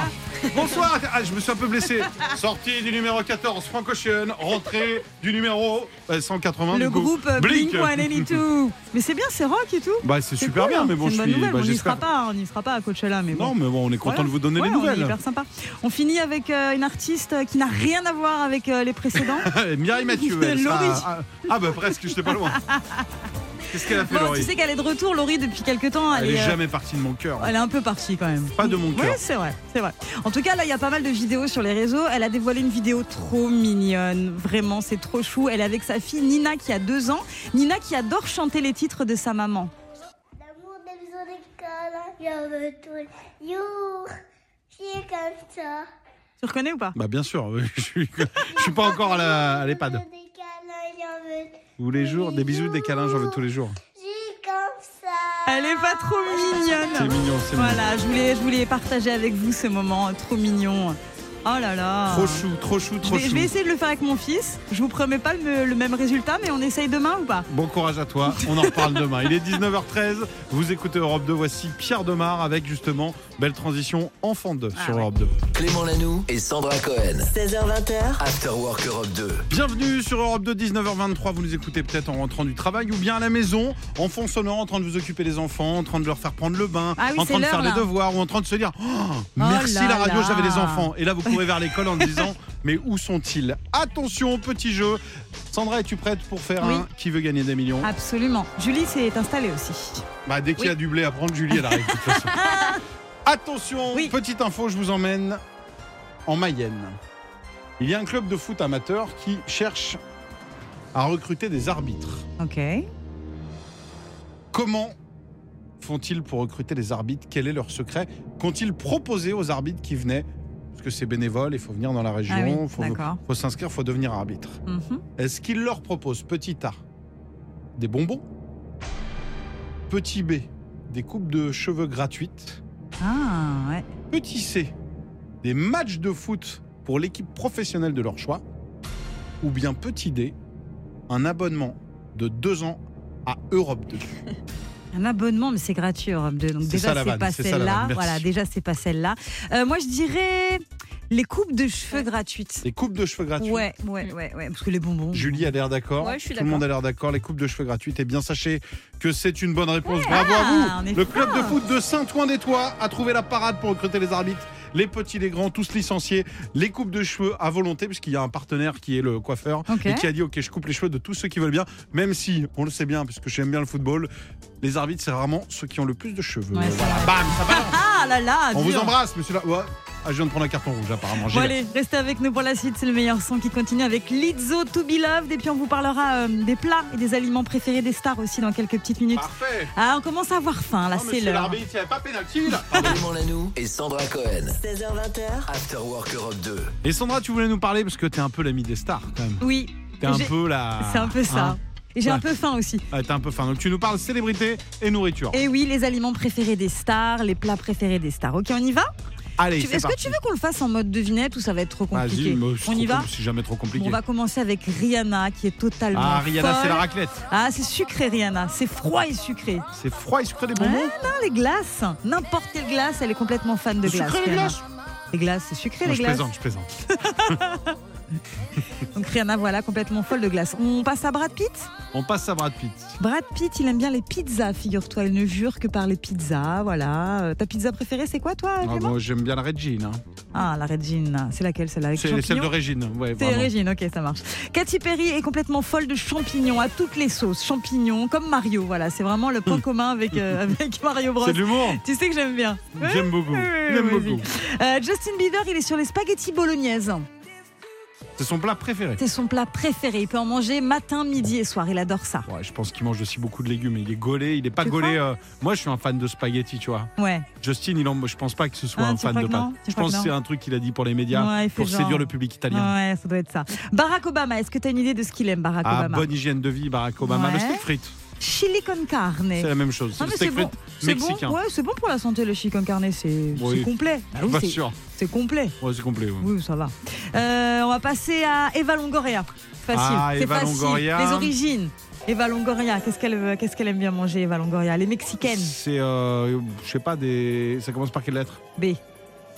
[SPEAKER 3] Bonsoir, ah, je me suis un peu blessé. Sortie du numéro 14, Frank Ocean. Rentrée du numéro euh, 180.
[SPEAKER 4] Le
[SPEAKER 3] du coup.
[SPEAKER 4] groupe euh, Blink 182. Mais c'est bien, c'est rock et tout.
[SPEAKER 3] Bah, c'est super
[SPEAKER 4] cool,
[SPEAKER 3] bien,
[SPEAKER 4] hein.
[SPEAKER 3] mais bon,
[SPEAKER 4] C'est une
[SPEAKER 3] je
[SPEAKER 4] bonne
[SPEAKER 3] suis-
[SPEAKER 4] nouvelle.
[SPEAKER 3] bah,
[SPEAKER 4] on n'y
[SPEAKER 3] j'espère.
[SPEAKER 4] sera pas, on n'y sera pas à Coachella, mais bon.
[SPEAKER 3] Non, mais bon, on est content
[SPEAKER 4] Voilà.
[SPEAKER 3] de vous donner
[SPEAKER 4] Ouais,
[SPEAKER 3] des
[SPEAKER 4] On est
[SPEAKER 3] nouvelles.
[SPEAKER 4] hyper sympa. On finit avec euh, une artiste euh, qui n'a rien à voir avec euh, les précédents.
[SPEAKER 3] Eh, Mireille Mathieu. elle sera-
[SPEAKER 4] Laurie.
[SPEAKER 3] ah, ah, bah presque, j'étais pas loin. Qu'est-ce qu'elle a fait,
[SPEAKER 4] Bon,
[SPEAKER 3] Laurie
[SPEAKER 4] tu sais qu'elle est de retour, Laurie, depuis quelques temps.
[SPEAKER 3] Elle est
[SPEAKER 4] euh,
[SPEAKER 3] jamais partie de mon cœur.
[SPEAKER 4] Elle est un peu partie quand même.
[SPEAKER 3] Pas de mon
[SPEAKER 4] Oui,
[SPEAKER 3] cœur.
[SPEAKER 4] c'est vrai, c'est vrai. En tout cas, là, il y a pas mal de vidéos sur les réseaux. Elle a dévoilé une vidéo trop mignonne. Vraiment, c'est trop chou. Elle est avec sa fille Nina qui a deux ans. Nina qui adore chanter les titres de sa maman.
[SPEAKER 13] L'amour des besoins des câlins, je veux tout. Youh, c'est comme ça.
[SPEAKER 4] Tu reconnais ou pas
[SPEAKER 3] Bah bien sûr, je suis, je suis pas encore à la- Ah, à l'EHPAD.
[SPEAKER 13] Des câlins, j'en veux tout.
[SPEAKER 3] Tous les jours, des bisous, des câlins, j'en veux tous les jours.
[SPEAKER 13] C'est comme ça.
[SPEAKER 4] Elle est pas trop mignonne.
[SPEAKER 3] C'est mignon, c'est mignon.
[SPEAKER 4] Voilà, je voulais, je voulais partager avec vous ce moment euh, trop mignon. Oh là là.
[SPEAKER 3] Trop chou, trop chou,
[SPEAKER 4] Je
[SPEAKER 3] trop
[SPEAKER 4] vais, je
[SPEAKER 3] chou.
[SPEAKER 4] vais essayer de le faire avec mon fils. Je vous promets pas le, le même résultat, mais on essaye demain ou pas
[SPEAKER 3] Bon courage à toi, on en reparle demain. Il est 19h13, vous écoutez Europe 2, voici Pierre Demar avec justement belle transition enfant 2
[SPEAKER 4] Ah
[SPEAKER 3] sur Europe 2.
[SPEAKER 2] Clément Lanoux et Sandra Cohen.
[SPEAKER 1] 16h20h,
[SPEAKER 2] After Work Europe 2.
[SPEAKER 3] Bienvenue sur Europe 2, 19h23, vous nous écoutez peut-être en rentrant du travail ou bien à la maison, en fond sonore, en train de vous occuper des enfants, en train de leur faire prendre le bain,
[SPEAKER 4] Ah oui,
[SPEAKER 3] en
[SPEAKER 4] c'est
[SPEAKER 3] train de faire
[SPEAKER 4] l'heure,
[SPEAKER 3] les
[SPEAKER 4] là.
[SPEAKER 3] devoirs ou en train de se dire Oh, merci
[SPEAKER 4] là
[SPEAKER 3] la radio,
[SPEAKER 4] là.
[SPEAKER 3] j'avais des enfants. Et là vous courez vers l'école en disant mais où sont-ils Attention, petit jeu. Sandra, es-tu prête pour faire
[SPEAKER 4] Oui.
[SPEAKER 3] un qui veut gagner des millions
[SPEAKER 4] Absolument. Julie s'est installée aussi.
[SPEAKER 3] Bah, dès qu'il y a du blé à prendre, Julie, elle arrive de toute façon. Attention, petite info, je vous emmène en Mayenne. Il y a un club de foot amateur qui cherche à recruter des arbitres.
[SPEAKER 4] Ok. Ah
[SPEAKER 3] Comment font-ils pour recruter des arbitres Quel est leur secret Qu'ont-ils proposé aux arbitres qui venaient Parce que c'est bénévole, il faut venir dans la région,
[SPEAKER 4] Ah oui,
[SPEAKER 3] il faut,
[SPEAKER 4] d'accord.
[SPEAKER 3] faut s'inscrire, il faut devenir arbitre.
[SPEAKER 4] Mhm.
[SPEAKER 3] Est-ce qu'il leur propose, petit A, des bonbons Petit B, des coupes de cheveux gratuites
[SPEAKER 4] Ah ouais.
[SPEAKER 3] Petit C, des matchs de foot pour l'équipe professionnelle de leur choix Ou bien petit D, un abonnement de deux ans à Europe 2
[SPEAKER 4] Un abonnement, mais c'est gratuit, Europe 2. Donc
[SPEAKER 3] C'est
[SPEAKER 4] déjà,
[SPEAKER 3] ça, la
[SPEAKER 4] c'est
[SPEAKER 3] vanne,
[SPEAKER 4] pas
[SPEAKER 3] c'est ça, la vanne,
[SPEAKER 4] celle-là.
[SPEAKER 3] merci.
[SPEAKER 4] Voilà, déjà, c'est pas celle-là. Euh, moi, je dirais les coupes de cheveux gratuites.
[SPEAKER 3] Les coupes de cheveux gratuites
[SPEAKER 4] Ouais, ouais, ouais, ouais. Parce que les bonbons.
[SPEAKER 3] Julie a l'air d'accord.
[SPEAKER 4] Ouais, je suis
[SPEAKER 3] Tout le monde a l'air d'accord. Les coupes de cheveux gratuites. Et bien, sachez que c'est une bonne réponse. Bravo
[SPEAKER 4] Ah,
[SPEAKER 3] à
[SPEAKER 4] on est
[SPEAKER 3] vous. Le club de
[SPEAKER 4] fort.
[SPEAKER 3] foot de Saint-Ouen-des-Tois a trouvé la parade pour recruter les arbitres. Les petits, les grands, tous licenciés. Les coupes de cheveux à volonté, puisqu'il y a un partenaire qui est le coiffeur
[SPEAKER 4] Ok.
[SPEAKER 3] et qui a dit Ok, je coupe les cheveux de tous ceux qui veulent bien. Même si, on le sait bien, puisque j'aime bien le football, les arbitres, c'est rarement ceux qui ont le plus de cheveux.
[SPEAKER 4] Ouais, c'est
[SPEAKER 3] Voilà.
[SPEAKER 4] vrai.
[SPEAKER 3] Bam, ça balance.
[SPEAKER 4] Ah là là
[SPEAKER 3] On
[SPEAKER 4] dur.
[SPEAKER 3] vous embrasse, monsieur. La... Ouais. Ah, je viens de prendre un carton rouge, apparemment.
[SPEAKER 4] Bon
[SPEAKER 3] J'ai-
[SPEAKER 4] allez, restez avec nous pour la suite, c'est le meilleur son qui continue avec Lizzo To Be Loved et puis on vous parlera euh, des plats et des aliments préférés des stars aussi dans quelques petites minutes.
[SPEAKER 3] Parfait.
[SPEAKER 4] Ah, on commence à avoir faim là,
[SPEAKER 3] Non,
[SPEAKER 4] c'est
[SPEAKER 3] Oh, monsieur
[SPEAKER 4] l'heure.
[SPEAKER 3] l'arbitre, il n'y avait pas pénalty, là.
[SPEAKER 2] Clément Lanoux et Sandra Cohen.
[SPEAKER 1] 16h20h,
[SPEAKER 2] After Work Europe 2.
[SPEAKER 3] Et Sandra, tu voulais nous parler parce que t'es un peu l'ami des stars quand même.
[SPEAKER 4] Oui.
[SPEAKER 3] T'es un
[SPEAKER 4] J'ai-
[SPEAKER 3] peu la.
[SPEAKER 4] C'est un peu ça.
[SPEAKER 3] Hein
[SPEAKER 4] et j'ai un
[SPEAKER 3] Ouais.
[SPEAKER 4] peu faim aussi.
[SPEAKER 3] Ouais, t'es un peu fin. Donc tu nous parles célébrité et nourriture.
[SPEAKER 4] Et oui, les aliments préférés des stars, les plats préférés des stars. Ok, on y va
[SPEAKER 3] Allez,
[SPEAKER 4] Tu-
[SPEAKER 3] c'est
[SPEAKER 4] Est-ce que
[SPEAKER 3] parti.
[SPEAKER 4] tu veux qu'on le fasse en mode devinette ou ça va être trop compliqué
[SPEAKER 3] Vas-y, mais c'est
[SPEAKER 4] On
[SPEAKER 3] trop
[SPEAKER 4] y va
[SPEAKER 3] com- C'est jamais trop
[SPEAKER 4] Bon,
[SPEAKER 3] compliqué.
[SPEAKER 4] On va commencer avec Rihanna qui est totalement.
[SPEAKER 3] Ah, Rihanna, c'est la
[SPEAKER 4] folle.
[SPEAKER 3] raclette.
[SPEAKER 4] Ah, c'est sucré, Rihanna. C'est froid et sucré.
[SPEAKER 3] C'est froid et sucré des
[SPEAKER 4] Ouais,
[SPEAKER 3] bonbons.
[SPEAKER 4] non, les glaces. N'importe quelle glace, elle est complètement fan de
[SPEAKER 3] Sucré,
[SPEAKER 4] glace.
[SPEAKER 3] les
[SPEAKER 4] Rihanna.
[SPEAKER 3] glaces
[SPEAKER 4] Les glaces, c'est sucré,
[SPEAKER 3] Non,
[SPEAKER 4] les
[SPEAKER 3] je
[SPEAKER 4] glaces.
[SPEAKER 3] plaisante, je plaisante.
[SPEAKER 4] Donc Rihanna, voilà, complètement folle de glace. On passe à Brad Pitt
[SPEAKER 3] On passe à Brad Pitt. Ah,
[SPEAKER 4] Brad Pitt, il aime bien les pizzas, figure-toi. Il ne jure que par les pizzas, voilà. Euh, Ta pizza préférée, c'est quoi, toi,
[SPEAKER 3] Ah,
[SPEAKER 4] Clément
[SPEAKER 3] moi, j'aime bien la Regine. hein.
[SPEAKER 4] Ah, la Regine. C'est laquelle, celle-là avec
[SPEAKER 3] C'est celle de
[SPEAKER 4] champignons
[SPEAKER 3] Régine. Ouais,
[SPEAKER 4] C'est
[SPEAKER 3] vraiment.
[SPEAKER 4] Régine, ok, ça marche. Katy Perry est complètement folle de champignons, à toutes les sauces. Champignons, comme Mario, voilà. C'est vraiment le point commun avec, euh, avec Mario Bros.
[SPEAKER 3] Hmm. C'est de l'humour.
[SPEAKER 4] Tu sais que j'aime bien.
[SPEAKER 3] J'aime beaucoup. J'aime beaucoup.
[SPEAKER 4] Euh, Justin Bieber, il est sur les spaghettis bolognaises.
[SPEAKER 3] C'est son plat préféré.
[SPEAKER 4] C'est son plat préféré. Il peut en manger matin, midi et soir. Il adore ça.
[SPEAKER 3] Ouais, je pense qu'il mange aussi beaucoup de légumes. Il est gaulé, il n'est pas
[SPEAKER 4] Tu
[SPEAKER 3] gaulé.
[SPEAKER 4] crois
[SPEAKER 3] euh, moi, je suis un fan de spaghettis, tu vois.
[SPEAKER 4] Ouais.
[SPEAKER 3] Justin, il en, je pense pas que ce soit
[SPEAKER 4] Ah,
[SPEAKER 3] un
[SPEAKER 4] tu
[SPEAKER 3] fan
[SPEAKER 4] crois
[SPEAKER 3] de
[SPEAKER 4] que
[SPEAKER 3] pâtes.
[SPEAKER 4] non Tu
[SPEAKER 3] Je
[SPEAKER 4] crois
[SPEAKER 3] pense
[SPEAKER 4] que
[SPEAKER 3] que c'est
[SPEAKER 4] non
[SPEAKER 3] un truc qu'il a dit pour les médias,
[SPEAKER 4] Ouais, il fait
[SPEAKER 3] pour
[SPEAKER 4] genre.
[SPEAKER 3] séduire le public italien.
[SPEAKER 4] Ouais, ça doit être ça. Barack Obama, est-ce que tu as une idée de ce qu'il aime, Barack
[SPEAKER 3] Ah,
[SPEAKER 4] Obama
[SPEAKER 3] bonne hygiène de vie, Barack Obama. Le
[SPEAKER 4] Ouais.
[SPEAKER 3] steak frites,
[SPEAKER 4] Chili con carne.
[SPEAKER 3] c'est la même chose. C'est
[SPEAKER 4] Ah,
[SPEAKER 3] le
[SPEAKER 4] mais
[SPEAKER 3] steak frites
[SPEAKER 4] C'est bon.
[SPEAKER 3] mexicain.
[SPEAKER 4] Ouais, c'est bon pour la santé, le chili con carne. C'est
[SPEAKER 3] Oui.
[SPEAKER 4] c'est complet. Ah
[SPEAKER 3] Je suis
[SPEAKER 4] oui,
[SPEAKER 3] pas
[SPEAKER 4] c'est-
[SPEAKER 3] sûr.
[SPEAKER 4] C'est complet.
[SPEAKER 3] Ouais, c'est complet. ouais.
[SPEAKER 4] Oui, ça va. Euh, on va passer à Eva Longoria. Facile.
[SPEAKER 3] Ah,
[SPEAKER 4] c'est
[SPEAKER 3] Eva
[SPEAKER 4] facile.
[SPEAKER 3] Longoria.
[SPEAKER 4] Les origines. Eva Longoria, qu'est-ce qu'elle veut- qu'est-ce qu'elle aime bien manger, Eva Longoria Les mexicaines.
[SPEAKER 3] C'est, euh, je sais pas, des. Ça commence par quelle lettre
[SPEAKER 4] B.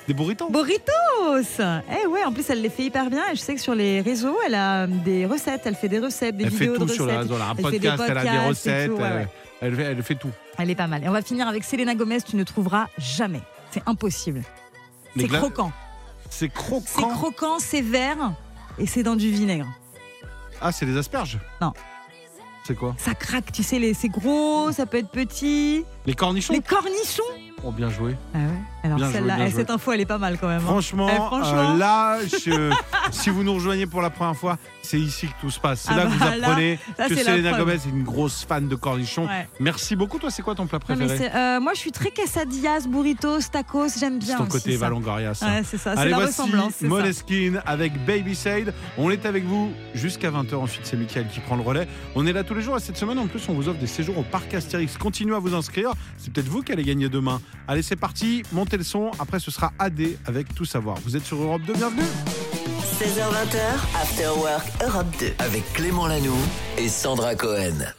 [SPEAKER 3] Des burritos
[SPEAKER 4] Burritos Eh ouais, en plus elle les fait hyper bien et je sais que sur les réseaux, elle a euh, des recettes, elle fait des recettes, des
[SPEAKER 3] Elle fait
[SPEAKER 4] vidéos
[SPEAKER 3] tout
[SPEAKER 4] de
[SPEAKER 3] sur le
[SPEAKER 4] recettes.
[SPEAKER 3] réseau. Elle a un
[SPEAKER 4] Elle fait des
[SPEAKER 3] podcast, elle a des
[SPEAKER 4] podcasts et
[SPEAKER 3] recettes.
[SPEAKER 4] tout, ouais,
[SPEAKER 3] elle-
[SPEAKER 4] ouais.
[SPEAKER 3] Elle, fait, elle fait tout.
[SPEAKER 4] Elle est pas mal. Et on va finir avec Selena Gomez, tu ne trouveras jamais. C'est impossible.
[SPEAKER 3] Mais
[SPEAKER 4] C'est
[SPEAKER 3] gla-
[SPEAKER 4] croquant.
[SPEAKER 3] C'est croquant.
[SPEAKER 4] C'est croquant, c'est vert et c'est dans du vinaigre.
[SPEAKER 3] Ah, c'est des asperges
[SPEAKER 4] Non.
[SPEAKER 3] C'est quoi
[SPEAKER 4] Ça craque, tu sais, les- c'est gros, ça peut être petit.
[SPEAKER 3] Les cornichons
[SPEAKER 4] Les cornichons
[SPEAKER 3] Oh, bien joué.
[SPEAKER 4] Ah ouais. Alors
[SPEAKER 3] Bien joué,
[SPEAKER 4] celle-là,
[SPEAKER 3] bien
[SPEAKER 4] eh,
[SPEAKER 3] joué.
[SPEAKER 4] cette info, elle est pas mal quand même. hein.
[SPEAKER 3] Franchement,
[SPEAKER 4] Eh, franchement.
[SPEAKER 3] euh, là, je- si vous nous rejoignez pour la première fois, c'est ici que tout se passe. C'est
[SPEAKER 4] Ah
[SPEAKER 3] là
[SPEAKER 4] bah
[SPEAKER 3] que vous
[SPEAKER 4] là,
[SPEAKER 3] apprenez
[SPEAKER 4] là,
[SPEAKER 3] que
[SPEAKER 4] c'est la
[SPEAKER 3] Selena
[SPEAKER 4] preuve.
[SPEAKER 3] Gomez est une grosse fan de cornichons.
[SPEAKER 4] Ouais.
[SPEAKER 3] Merci beaucoup. Toi, c'est quoi ton plat
[SPEAKER 4] Non, mais
[SPEAKER 3] préféré
[SPEAKER 4] c'est- euh, moi, je suis très quesadillas, burritos, tacos, j'aime
[SPEAKER 3] C'est
[SPEAKER 4] bien.
[SPEAKER 3] ton
[SPEAKER 4] aussi
[SPEAKER 3] côté
[SPEAKER 4] ça.
[SPEAKER 3] Valongoria, ça.
[SPEAKER 4] Ouais, c'est ça, c'est
[SPEAKER 3] Allez,
[SPEAKER 4] la
[SPEAKER 3] voici
[SPEAKER 4] ressemblance. c'est ça.
[SPEAKER 3] Moneskin avec Baby Sade. On est avec vous jusqu'à 20h. Ensuite, c'est Mickaël qui prend le relais. On est là tous les jours. Et cette semaine, en plus, on vous offre des séjours au parc Astérix. Continuez à vous inscrire. C'est peut-être vous qui allez gagner demain. Allez, c'est parti. Montez le son. Après, ce sera AD avec Tout Savoir. Vous êtes sur Europe 2. Bienvenue.
[SPEAKER 1] 16h20, After Work Europe 2.
[SPEAKER 2] Avec Clément Lanoux et Sandra Cohen.